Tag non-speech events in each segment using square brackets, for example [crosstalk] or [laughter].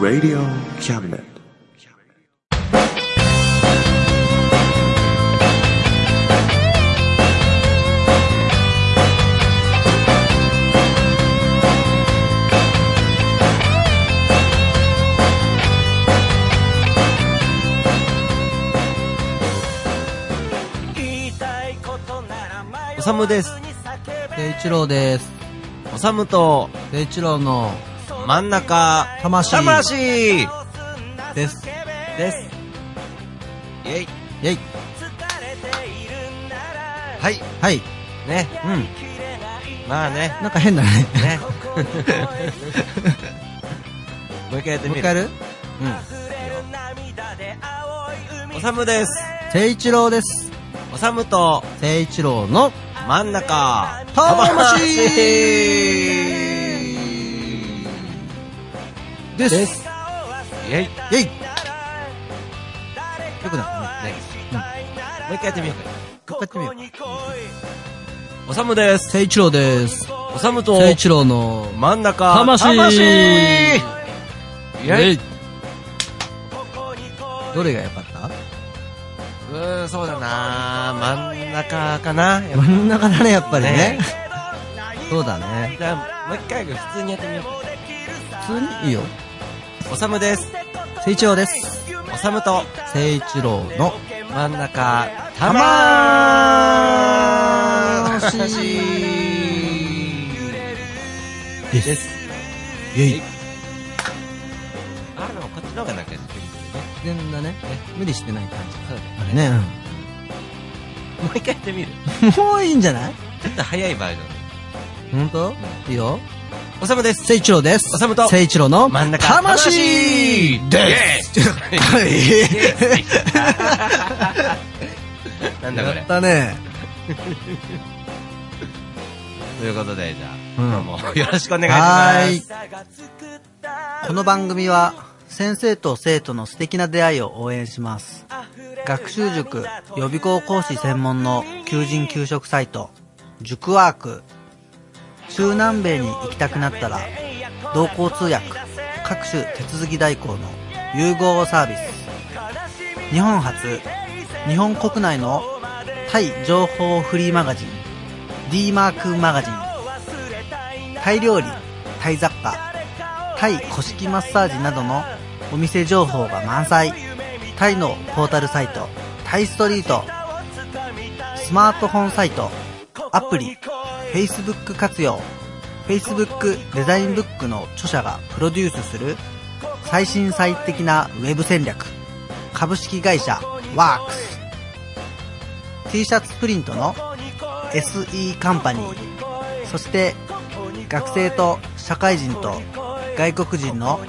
Radio Cabinet. おさむです。聖一郎です。おさむと聖一郎の真ん中、魂魂でです。す。イェイ。イェイ。はい。はい。ね。うん。まあね。なんか変だね。ね。もう一回やって [laughs] もうみ一回る。やるおさむです。聖一郎です。おさむと聖一郎の真ん中、です。イェイ。イェイ。よくなったね。もう一回やってみようか。もう一回やってみよおさむですう。。聖一郎です。おさむと聖一郎の真ん中、イ魂イェェイイ。どれが良かったうーん、そうだな真ん中かなやっぱ真ん中だね、やっぱりねね。そうだね。じゃあ、もう一回普通にやってみよう普通にいいよ。か。おさむです。聖一郎です。おさむと、聖一郎の真ん中、たま魂です。イェイ。あ、でもこっちの方がなんかやってるんだよね。自然だね無理してない感じそうだね。あれね、もう一回やってみる。もういいんじゃないちょっと早いバージョン。本当、いいよおさむです。聖一郎ですおさむと聖一郎の真ん中、魂です [laughs] なんだこやれっ。たねということで、じゃあ、うん今日もよろしくお願はいーしまいこの番組は先生と生徒の素敵な出会いを応援します学習塾予備校講師専門の求人・求職サイト塾ワーク中南米に行きたくなったら同行通訳各種手続き代行の融合サービス日本初日本国内のタイ情報フリーマガジン D マークマガジンタイ料理タイ雑貨タイ古式マッサージなどのお店情報が満載タイのポータルサイトタイストリートスマートフォンサイトアプリ Facebook 活用 Facebook デザインブックの著者がプロデュースする最新最適なウェブ戦略株式会社ワークス t シャツプリントの SE カンパニーそして学生と社会人と外国人の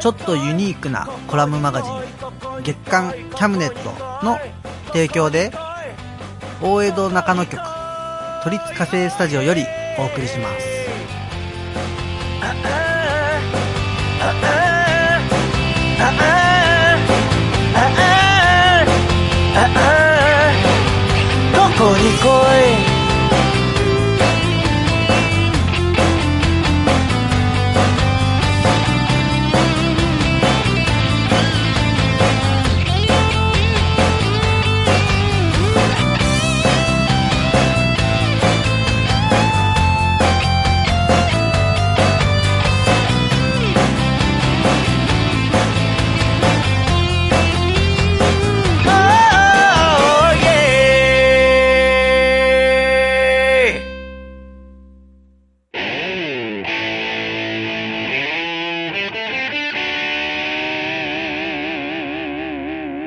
ちょっとユニークなコラムマガジン月刊キャムネットの提供で大江戸中野局都立火星スタジオよりお送りしますす。どこに来い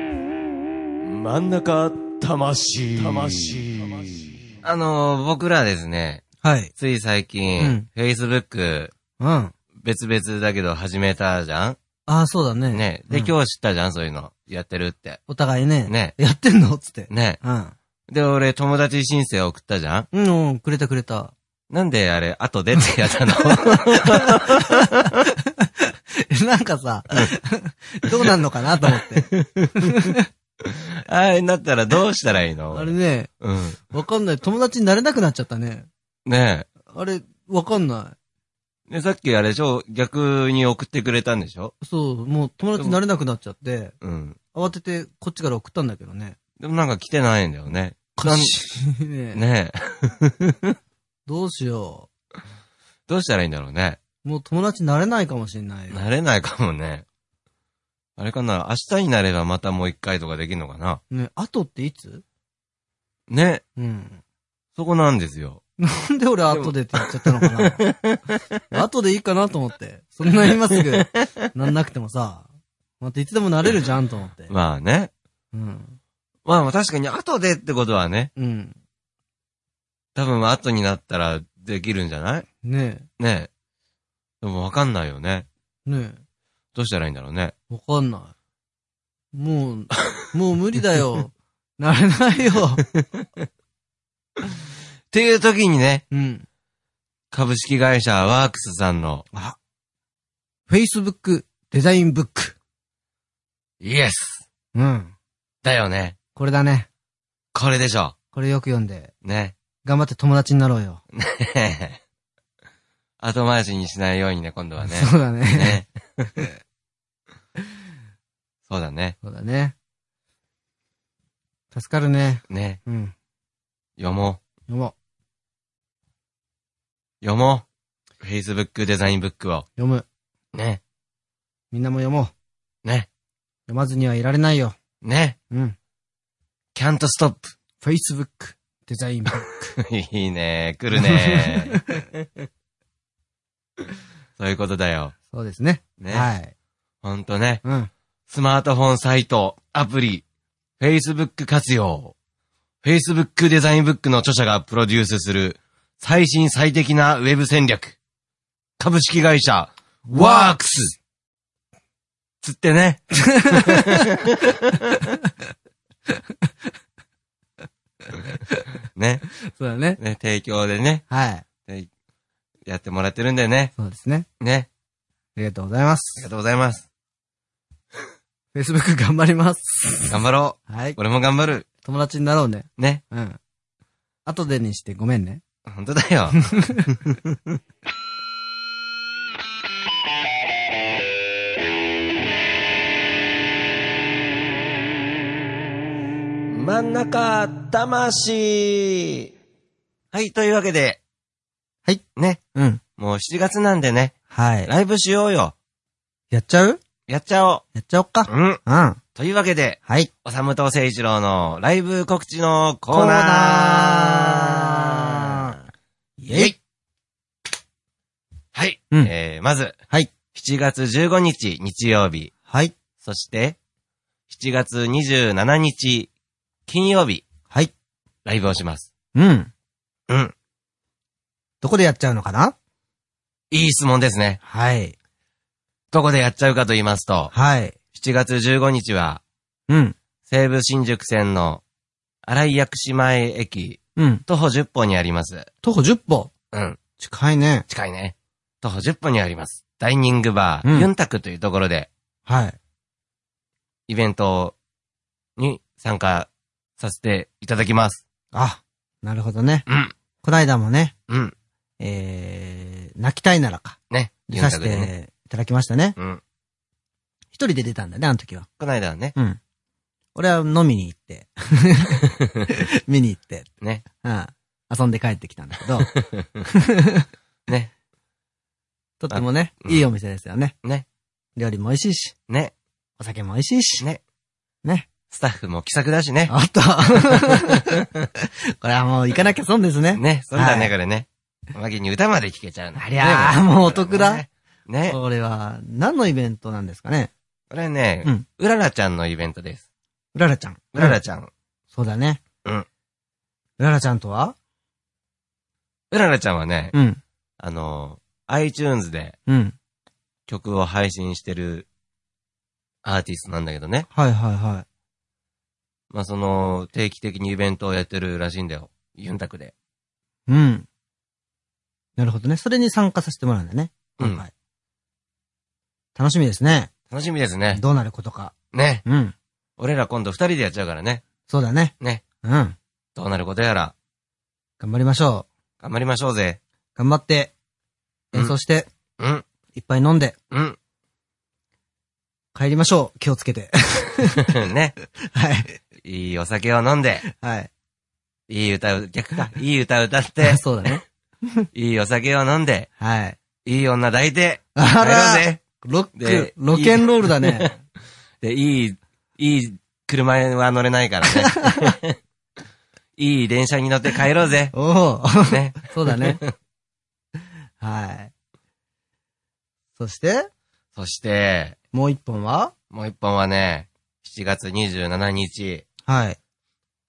真ん中魂魂あのー、僕らですね、はいつい最近、Facebook うんあ別々だけど始めたじゃんあそうだねね。で、今日知ったじゃんそういうの。やってるって。お互いねねやってんのつってね。うんで、俺友達申請送ったじゃんうん、うん、くれたくれた。 [laughs] なんであれ、後でってやったのなんかさ、どうなんのかなと思 [laughs] って。ああ、なったらどうしたらいいのあれね、うん。わかんない。友達になれなくなっちゃったね。ねあれ、わかんない。で、さっきあれでしょ逆に送ってくれたんでしょそう、もう友達になれなくなっちゃって、うん。慌ててこっちから送ったんだけどね。でもなんか来てないんだよね。悲しい [laughs] ねなんねえ。どうしよどうしたらいいんだろうね。う。もう友達になれないかもしれないよ。なれないかもね。あれかな明日になればまたもう一回とかできるのかなね、あとっていつね。うん。そこなんですよ。なんで俺後でって言っちゃったのか [laughs] な。後でいいかなと思って。そんな今すぐなんなくてもさ、またいつでもなれるじゃんと思って。まあね。うん。まあまあ確かに後でってことはね、うん。多分後になったらできるんじゃないねねえ。でもわかんないよね。え、ねどうしたらいいんだろうね。え、わかんない。もう、もう無理だ [laughs] よ。なれないよ。っていう時にね、うん。株式会社ワークスさんの、あ、Facebook デザインブック。イエスうん。だよね。これだね。これでしょ。これよく読んで、ね。 [laughs] 頑張って友達になろうよ。後回しにしないようにね、今度はね。そうだね。ね。 [laughs] そうだね。そうだね。助かるね。ね。うん。読も読もう。読もう。Facebook デザインブックを。う。読む。ね。みんなも読もう。ね。読まずにはいられないよ。ね。うん。 can't stop. Facebook デザイ [laughs] ンブック。 [laughs] いいね。来る [laughs] ね。そういうことだよ。そうですね。ね。はい。ほんとね。うん。スマートフォンサイト、アプリ、Facebook 活用。Facebook デザインブックの著者がプロデュースする最新最適なウェブ戦略。株式会社、ワークスつって [laughs] ね。 [laughs] ね。そうだね。ね、提供でね、はい。やってもらってるんだよね。そうですね。ね。ありがとうございまありす。がとうございます。 Facebook 頑張ります。頑張ろはい。う。俺も頑張る。友達になろうね。ね。うん。後でにしてごめんね。本当だよ。真ん中魂はい、というわけで。はい。ね。うん。もう7月なんでね、はい。ライブしようよ。やっちゃうやっちゃおう。やっちゃおっか。うん。うん。はというわけで、い。おさむと誠一郎のライブ告知のコーナー。イェイはい。うんえー、まず、はい。 7月15日日曜日、はい。そして、7月27日金曜日、はい。ライブをします。うん。うん。どこでやっちゃうのかないい質問ですね。はい。どこでやっちゃうかと言いますと、はい。 7月15日は、うん。西武新宿線の荒井薬師前駅、うん。徒歩10歩にあります。徒歩10歩。うん。近いね。近いね。徒歩10歩にあります。ダイニングバー、うんユンタクというところで、はい。イベントに参加させていただきます。あ、なるほどね。うん。こないだもね、うん。えー、泣きたいならか。ね。出ユンさタせクでね。ていただきましたね。うん。一人で出たんだね、あの時は。この間はね。うん。俺は飲みに [laughs] 行って、見に行って、ね。うん。遊んで帰ってきたんだけど、 [laughs] ね。とってもね、あうんいいお店ですよね。ね。料理も美味しいし、ね。お酒も美味しいし。ね。ね。スタッフも気さくだしね。あった。 [laughs] これはもう行かなきゃ損ですね。ね。そうだはね、いこれね。おまけに歌まで聴けちゃうのありゃーねもうお得だね。ね。これは、何のイベントなんですかねこれねうん、うららちゃんのイベントです。うららちゃん。うららちゃん。そうだね。うんうららちゃんとはうららちゃんはね、うん。あの、iTunes でうん。曲を配信してるアーティストなんだけどね。はいはいはい。まあ、その、定期的にイベントをやってるらしいんだよ。ユンタクで。うん。なるほどね。それに参加させてもらうんだね。うん今回楽しみですね。楽しみですね。どうなることか。ね。うん。俺ら今度二人でやっちゃうからね。そうだね。ね。うん。どうなることやら、頑張りましょう。頑張りましょうぜ。頑張って、うん演奏して、うん、いっぱい飲んで、うん。 [laughs] 帰りましょう。気をつけて。 [laughs] ね。はい。いいお酒を飲んで、はい。いい歌を、逆か。いい歌を歌って、 [laughs] そうだね。いいお酒を飲んで、はい。いい女抱いて、あ帰ろうら、ぜ。ロックで、ロケンロールだ [laughs] ね。で、いい、いい車は乗れないからね。いい電車に乗って帰ろうぜ。おお。ね。 [laughs] そうだね。はい。そして、そして、もう一本はもう一本はね、7月27日。はい。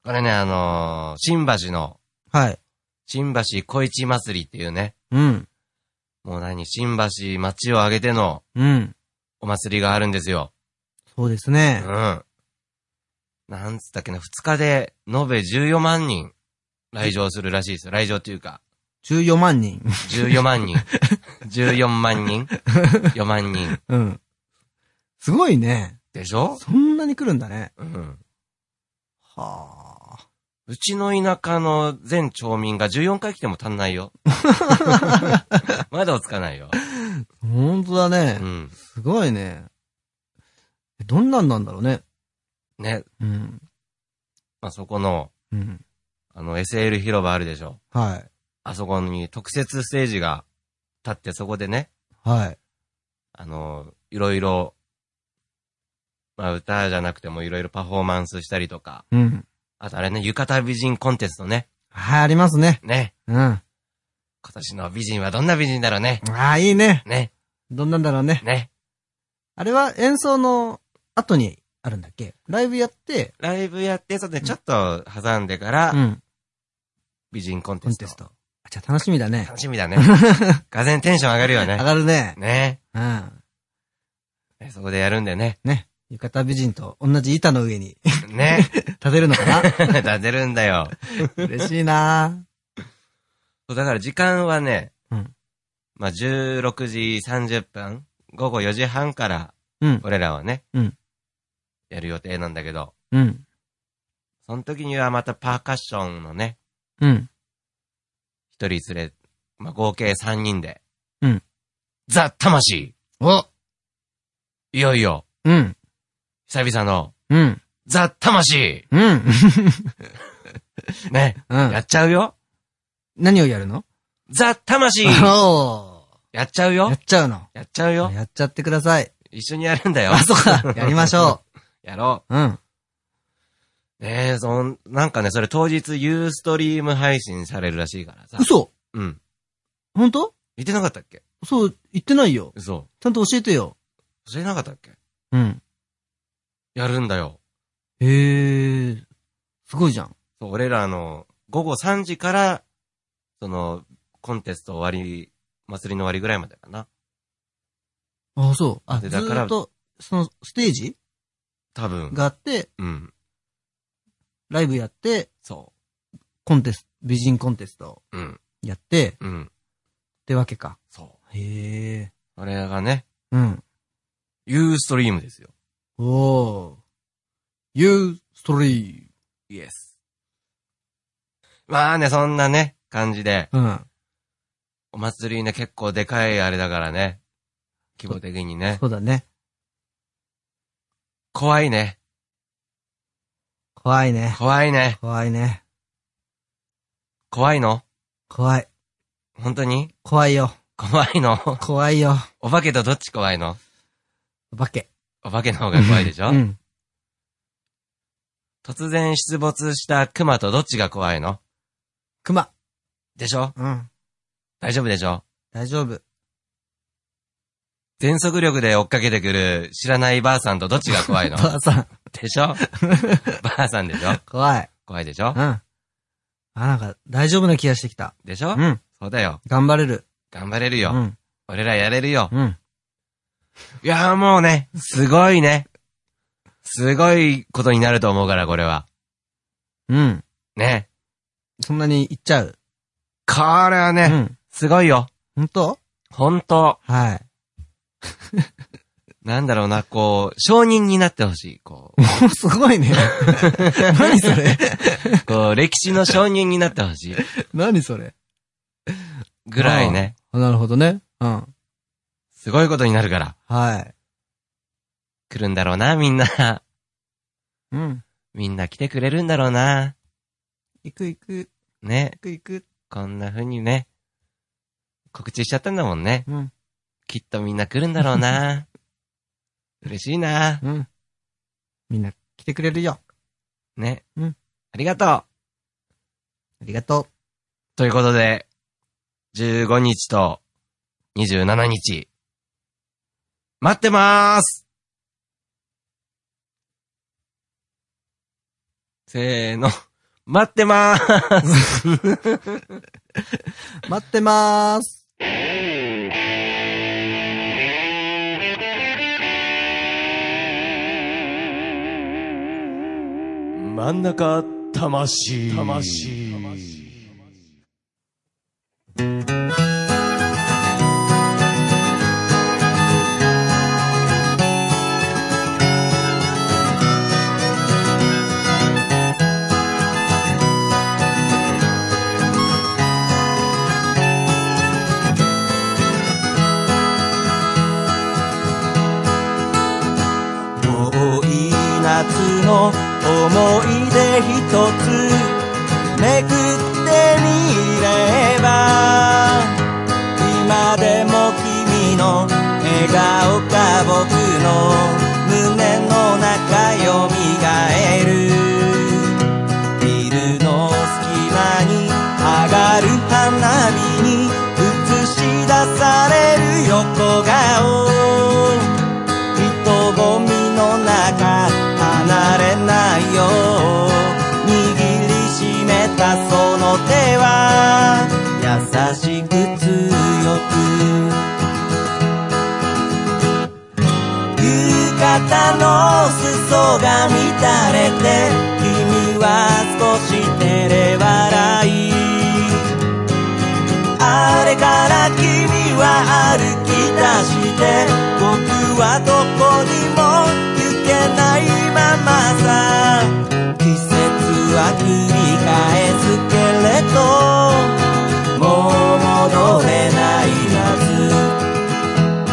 これね、あのー新橋の、はい。新橋小市祭りっていうね、うん。もう何、新橋町を挙げてのうん。お祭りがあるんですよ。そうですうね。ん。なんつったっけな、2日で、延べ14万人、来場するらしいですよ。来場というか、 14万人。 [laughs] 14万人。14万人 ?4 万人。うん。すごいね。でしょそんなに来るんだね。うん。はあ。うちの田舎の全町民が14回来ても足んないよ。まだ落つかないよ。ほんとだねう。ん。すごいね。えどんなんなんだろうね。ね。うん。まあ、そこの、うん。あの、SL 広場あるでしょ。はあそこに特設ステージが立って、そこでね、い。はい。あの、いろいろ、まあ、歌じゃなくてもいろいろパフォーマンスしたりとか、うん。あとあれね、浴衣美人コンテストね。はい、ありますね。ね。うん。あ今年の美人はどんな美人だろうね。あ、いいね。ね。どんなんだろうね。ね。あれは演奏の後にあるんだっけライブやって、ライブやって、それでちょっと挟んでから、うん。美人コンテコンステト。スト。あじゃあ楽しみだね。楽しみだ [laughs] ね。がぜんテンション上がるよ上 [laughs] ね。がるね。ね。うん。そこでやるんでね。浴衣美人と同じ板の上に [laughs] ね。立てるのかな立てるんだよ。 [laughs] 嬉しいなそうだから時間はね、うんまあ、16時30分、午後4時半から、うん。俺らはね、うんやる予定なんだけど、うん。その時にはまたパーカッションのね、うん。一人連れ、まあ、合計3人で、うんザ・魂おいよいよ、うん。久々の、うん。ザ・魂うん。ね、うやん。っちゃうよ何をやるのザ・ [laughs] 魂おやっちゃうーよやっちゃうの。やっちゃうよやっちゃってください。 [laughs] 一緒にやるんだよ。あ、そうか。やりましょ [laughs] やろう。うん。う。ねえ、そん、なんかね、それ当日ユーストリーム配信されるらしいからさ。 [laughs] 嘘うん。本当言ってなかったっけそう、言ってないよ。嘘。ちゃんと教えてよ。教えなかったっけうん。やるんだよ。へえ、すごいじゃん。そう、俺らあの、午後3時から、その、コンテスト終わり、祭りの終わりぐらいまでかな。あ、そう。あ、でずだからーっと、その、ステージ多分。があって、うん。ライブやって、そコンテスト、美人コンテストう。うん。やって、っうん。てわけか。そへえ。う。あれがね、うん。ユーストリームですよ。おお。You, story. イエス。まあね、そんなね、感じで。うん。お祭りね、結構でかいあれだからね。規模的にね。そうだね。怖いね。怖いね。怖いね。怖いね。怖いの怖い。本当に怖いよ。怖いの怖いよ。お化けとどっち怖いのお化け。お化けの方が怖いでしょ、うん。突然出没した熊とどっちが怖いの熊。でしょうん。大丈夫でしょ大丈夫。全速力で追っかけてくる知らないばあさんとどっちが怖いのばあさん。 [laughs] でしょばあさんでしょ怖い。怖いでしょうん。あ、なんか、大丈夫な気がしてきた。でしょうん。そうだよ。頑張れる。頑張れるうよ。ん。俺らやれるよ。うん。いやーもうね、すごいね。すごいことになると思うから、これは。うん。ね。そんなに言っちゃう。これはうね、ん。すごいよ。本当本当はい。なんだろうな、こう、承認になってほしい。こもう [laughs] すごいね。 [laughs] 何そう、れこう、歴史の承認になってほしい。 [laughs] 何それぐらいね。なるほどね。うん。すごいことになるから、はい。来るんだろうな、みんな。 [laughs] うん。みんな来てくれるんだろうな。行く行く、行ね。く行く。こんな風にね、告知しちゃったんだもんね。うん。きっとみんな来るんだろう [laughs] な。嬉しいな。うん。みんな来てくれるよ。ね。うん。ありがとう。ありがとということで、15日と27日、待ってまーすせーの、待ってまーすう。待ってまーす。真ん中魂魂遠い夏の思い出一つめくってみれば今でも君の笑顔が僕の胸の中よみがえるビルの隙間に上がる花火に映し出される横顔人混みの中離れないよう握りしめたその手は優しく強く夕方の裾が乱れて君は少し照れ笑いあれから君は歩き出して僕はどこにも行けないままさ季節は繰り返すけれどもう戻れない夏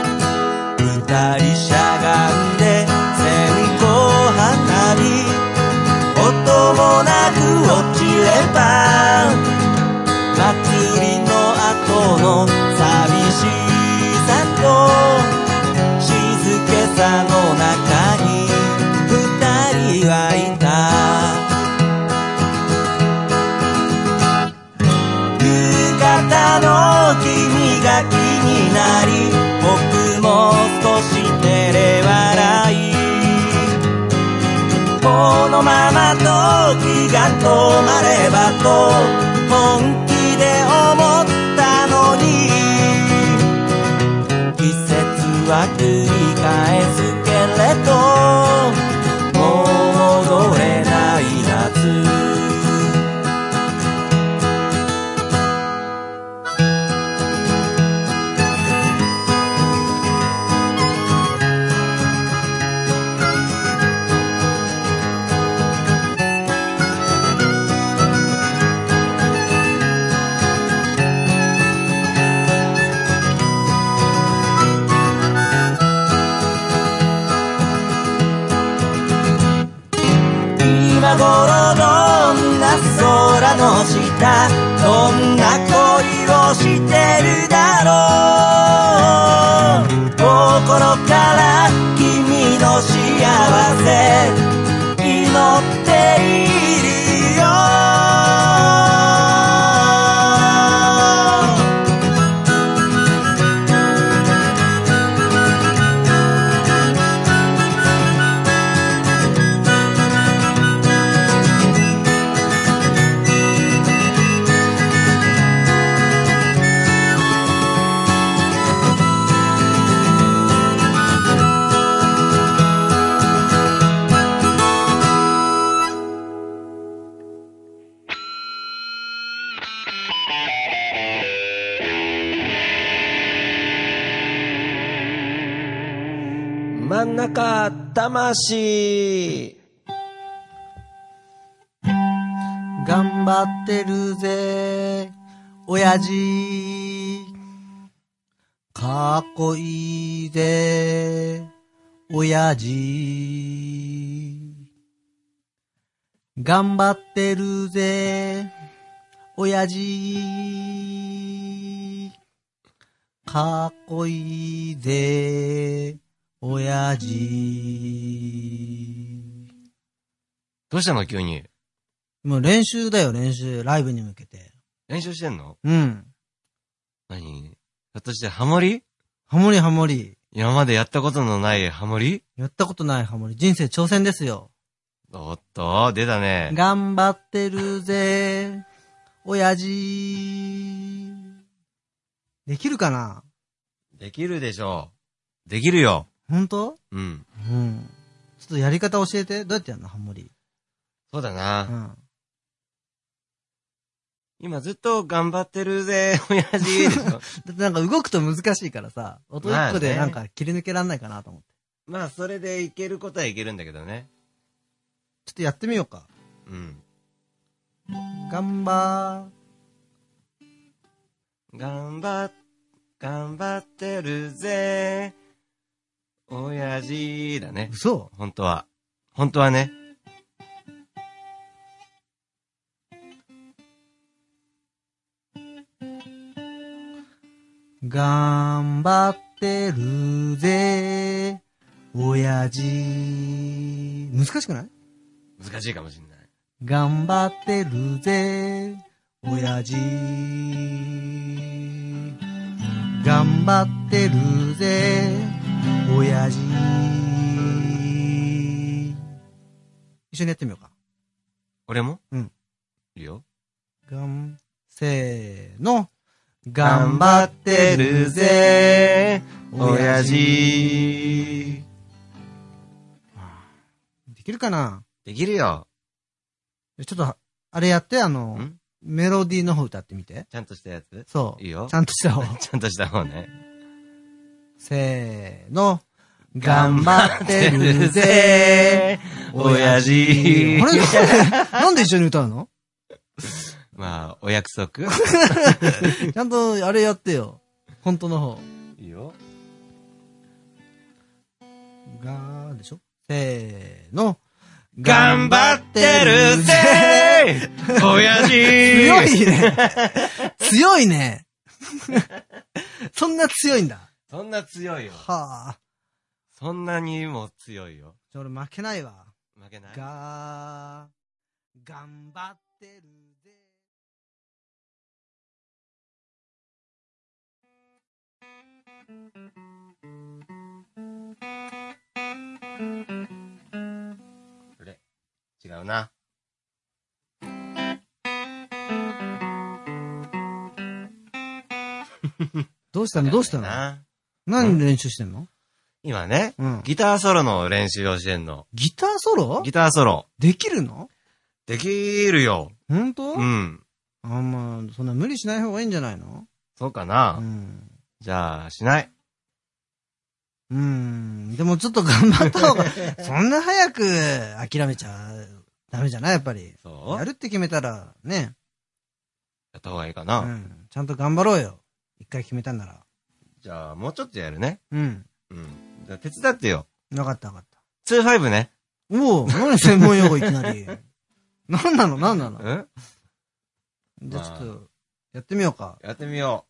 二人しゃがんで線香花火音もなく落ちれば祭りの後の寂しさと静けさの中に二人はいた夕方の君が気になり僕も少し照れ笑いこのまま時が止まればと本気で思ったのに季節は繰り返すけれどもう戻れない夏今頃どんな空の下どんな恋をしてるだろう心から君の幸せ祈っているよ坂魂頑張ってるぜ、親父。かっこいいぜ、親父。頑張ってるぜ、親父。かっこいいぜ、親父。どうしたの急に。もう練習だよ、練習。ライブに向けて。練習してんのうん。何ひょっとしてハモリハモリハモリ。今までやったことのないハモリやったことないハモリ。人生挑戦ですよ。おっと、出たね。頑張ってるぜ、親父。できるかなできるでしょう。できるよ。本当うん。うん。ちょっとやり方教えて。どうやってやるのハモリ。そうだな。うん。今ずっと頑張ってるぜ、 [laughs] 親父 [laughs] でしょ。だってなんか動くと難しいからさ、音一個でまあねなんか切り抜けらんないかなと思って。まあ、それでいけることはいけるんだけどね。ちょっとやってみようか。うん。頑張頑張っ、頑張ってるぜ、親父だねー。。嘘本当は。本当はね。頑張ってるぜ、親父。難しくない難しいかもしんない。頑張ってるぜ、親父。頑張ってるぜ、親父。一緒にやってみようか。俺もうん。いいよ。がん、せーの。頑頑張張っっててるるぜぜ、親親父。できるかなできるよ。ちょっと、あれやって、あのん、メロディーの方歌ってみて。ちゃんとしたやつそう。いいよちゃんとした方。ちゃんとした方ね。せーの。頑張頑張っっててるるぜぜ、 [laughs] 親父。あれ [laughs] なんで一緒に歌うのまあ、お約束ちゃんと、あれやってよ。本当の方。いいよ。がーでしょせーの。頑張ってるぜ親父強いね。強いね。 [laughs] そんな強いんだ。そんな強いよ。はあ。そんなにも強いよ。じゃあ俺負けないわ。負けないがー、頑張ってるぜ。それ。違うな。どうしたのどうしたのな何練習してんの今ね、うん。ギターソロの練習をしてんの。ギターソロギターソロ。できるのできるよ。本当うあん。んまあ、そんな無理しない方がいいんじゃないのそうかうな。ん。じゃあ、しない。うーん。でもちょっと頑張った方 [laughs] が、そんな早く諦めちゃダメじゃないやっぱり。そうやるって決めたら、ね。やった方がいいかうな。ん。ちゃんと頑張ろうよ。一回決めたんなら。じゃあ、もうちょっとやるね。うん。うん。じゃあ、手伝ってよ。わかったわかった。 2-5ね。おお、 [laughs] 何専門用語いきなり。何なの何なのうんじゃあちょっと、やってみようか。やってみよ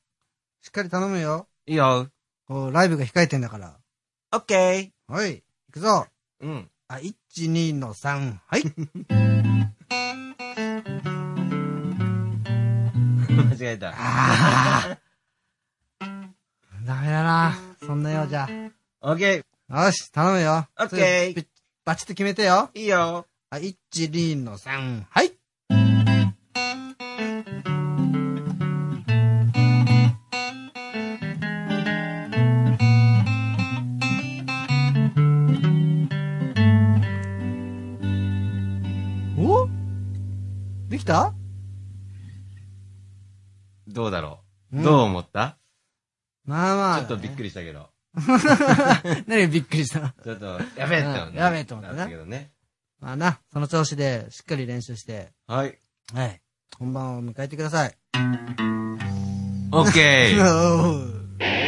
しっかり頼むよ。う。いいよ。こう、ライブが控えてんだから。オッケはい。いくぞ。ー。うん。あ、1、2の3。はい。間違えた。あー [laughs] ダメだな。そんなようじゃ。オッケよし、頼むよ。オッケーー。バチッと決めてよ。ー。いいよ。あ、1、2の3。はい。おできたどうだろう。うんどう思ったまあまあ、ちょっとびっくり。りしたけど。 [laughs] 何びっくりした。ちょっと、やべえって思うっんて。やべえって思ってねなたけどね。まあな、その調子でしっかり練習して、はい。はい。本番を迎えてください。オッ [laughs] ケー。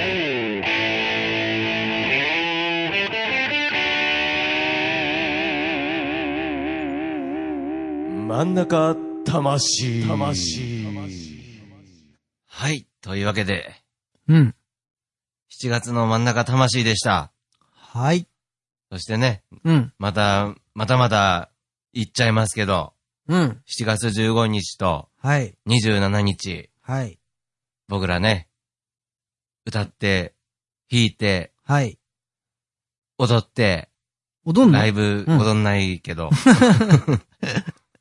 真ん中魂魂はい。というわけで、うん。 7月の真ん中魂でした。はい。そしてね、うん。また、またまた、言っちゃいますけど、うん。 7月15日とはい。 27日、はい。僕らね、歌って、弾いて、はい。踊って、踊んのライブ、うん踊んないけ [laughs] ど、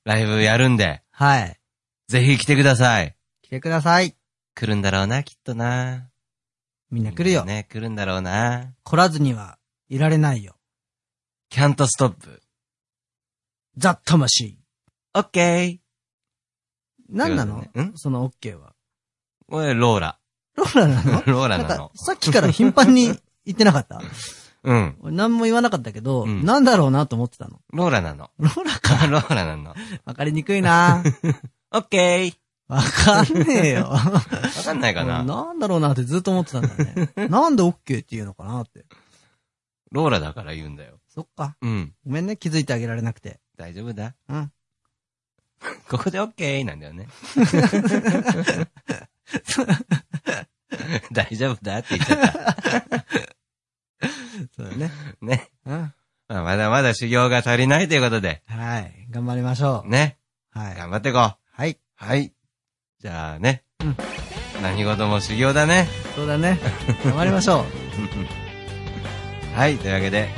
ライブやるんで、はい。ぜひ来てください。来てください。来るんだろうな、きっとな。みんな来るよ。ね、来るんだろうな。来らずにはいられないよ。 can't stop. ザ・魂。 OK! 何なの、ってことねんその OK は。これ、ローラ。ローラなの [laughs] ローラなんなかの、。さっきから頻繁に言ってなかった [laughs] うん。俺何も言わなかったけど、うんなんだろうなと思ってたの。ローラ [laughs] なの。ローラか。ローラなの。わかりにく [laughs] いなオッケわかんねえよ。ーわかんないかな。なんだろうなってずっと思ってたんだよ [laughs] ね。なんで OK って言うのかなって。ローラだから言うんだよ。そっか。うん。ごめんね、気づいてあげられなくて。大丈夫だ。うん。ここでオッケーなんだよ [laughs] ね。 [laughs] 大丈夫だって言っちゃった。そうだね。ね。うん。まあまだまだ修行が足りないということで、はい。頑張りましょね。う。はい。頑張っていこう。はい。はい。じゃあね。うん何事も修行だね。そうだね。頑張りましょはい、というわけで。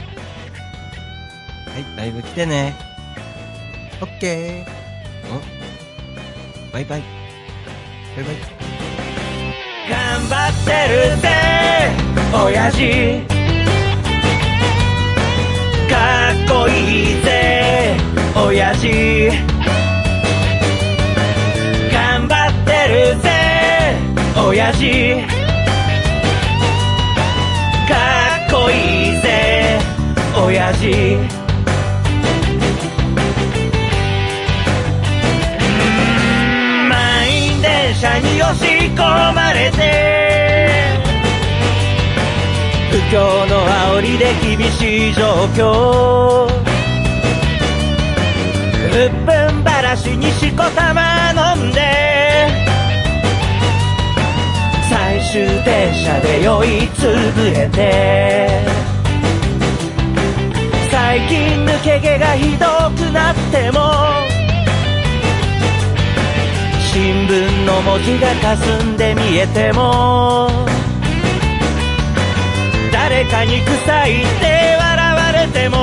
はい、ライブ来てね。う。OK。バイバイ。バイバイ。頑張ってるぜ親父かっこいいぜ親父頑張ってるぜ親父かっこいいぜ親父満員電車に押し込まれて不況の煽りで厳しい状況うっぷんばらしにしこたま飲んで最終電車で酔いつぶれて最近抜け毛がひどくなっても新聞の文字が霞んで見えても誰かに臭いって笑われても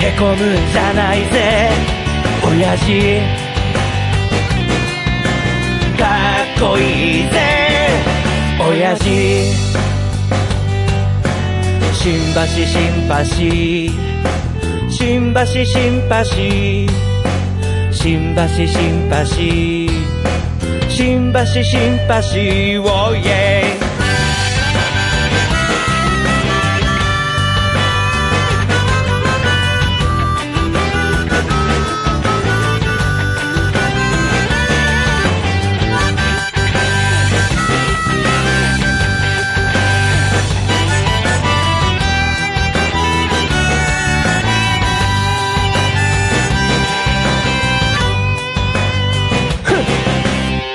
へこむんじゃないぜ親父かっこいいぜ親父新橋新橋新橋新橋新橋新橋新橋新橋をイエイ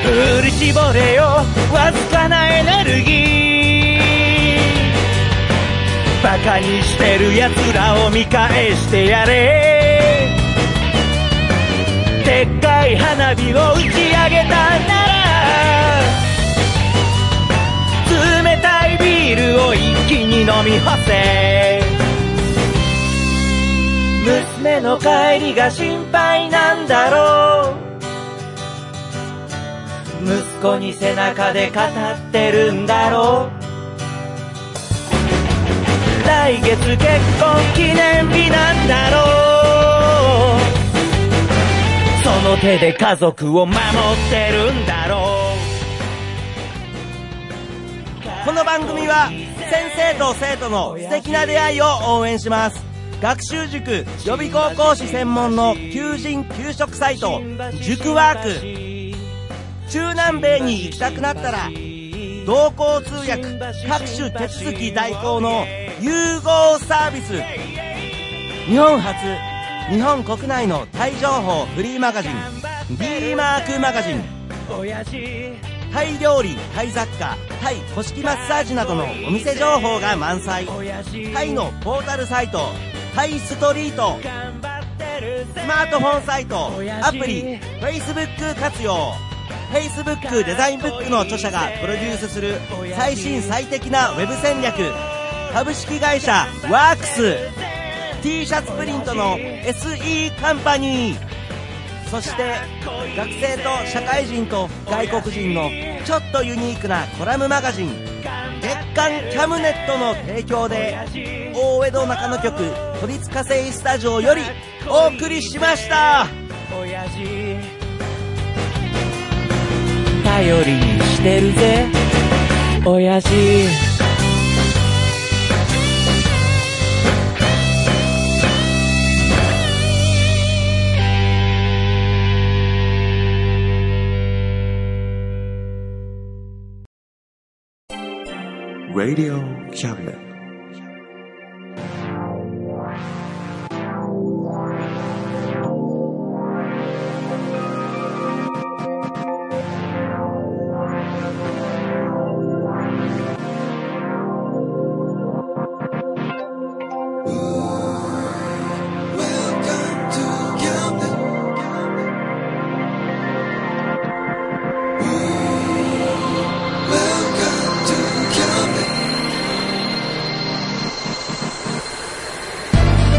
振り絞れよわずかなエネルギーバカにしてる奴らを見返してやれでっかい花火を打ち上げたなら冷たいビールを一気に飲み干せ娘の帰りが心配なんだろう息子に背中で語ってるんだろう来月結婚記念日なんだろうその手で家族を守ってるんだろうかこの番組は先生と生徒の素敵な出会いを応援します学習塾予備高校師専門の求人・給食サイト塾ワーク中南米に行きたくなったら同行通訳各種手続き代行の融合サービス日本初日本国内のタイ情報フリーマガジン D マークマガジンタイ料理タイ雑貨タイ古式マッサージなどのお店情報が満載タイのポータルサイトタイストリートスマートフォンサイトアプリ Facebook 活用 Facebook デザインブックの著者がプロデュースする最新最適なウェブ戦略株式会社ワークス T シャツプリントの SE カンパニーそして学生と社会人と外国人のちょっとユニークなコラムマガジン月刊キャムネットの提供で大江戸中野局都立火星スタジオよりお送りしました頼りにしてるぜ親父 Radio Cabinet.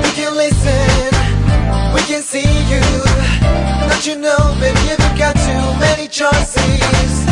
We can listen, we can see you. Don't you know, baby, you've got too many choices.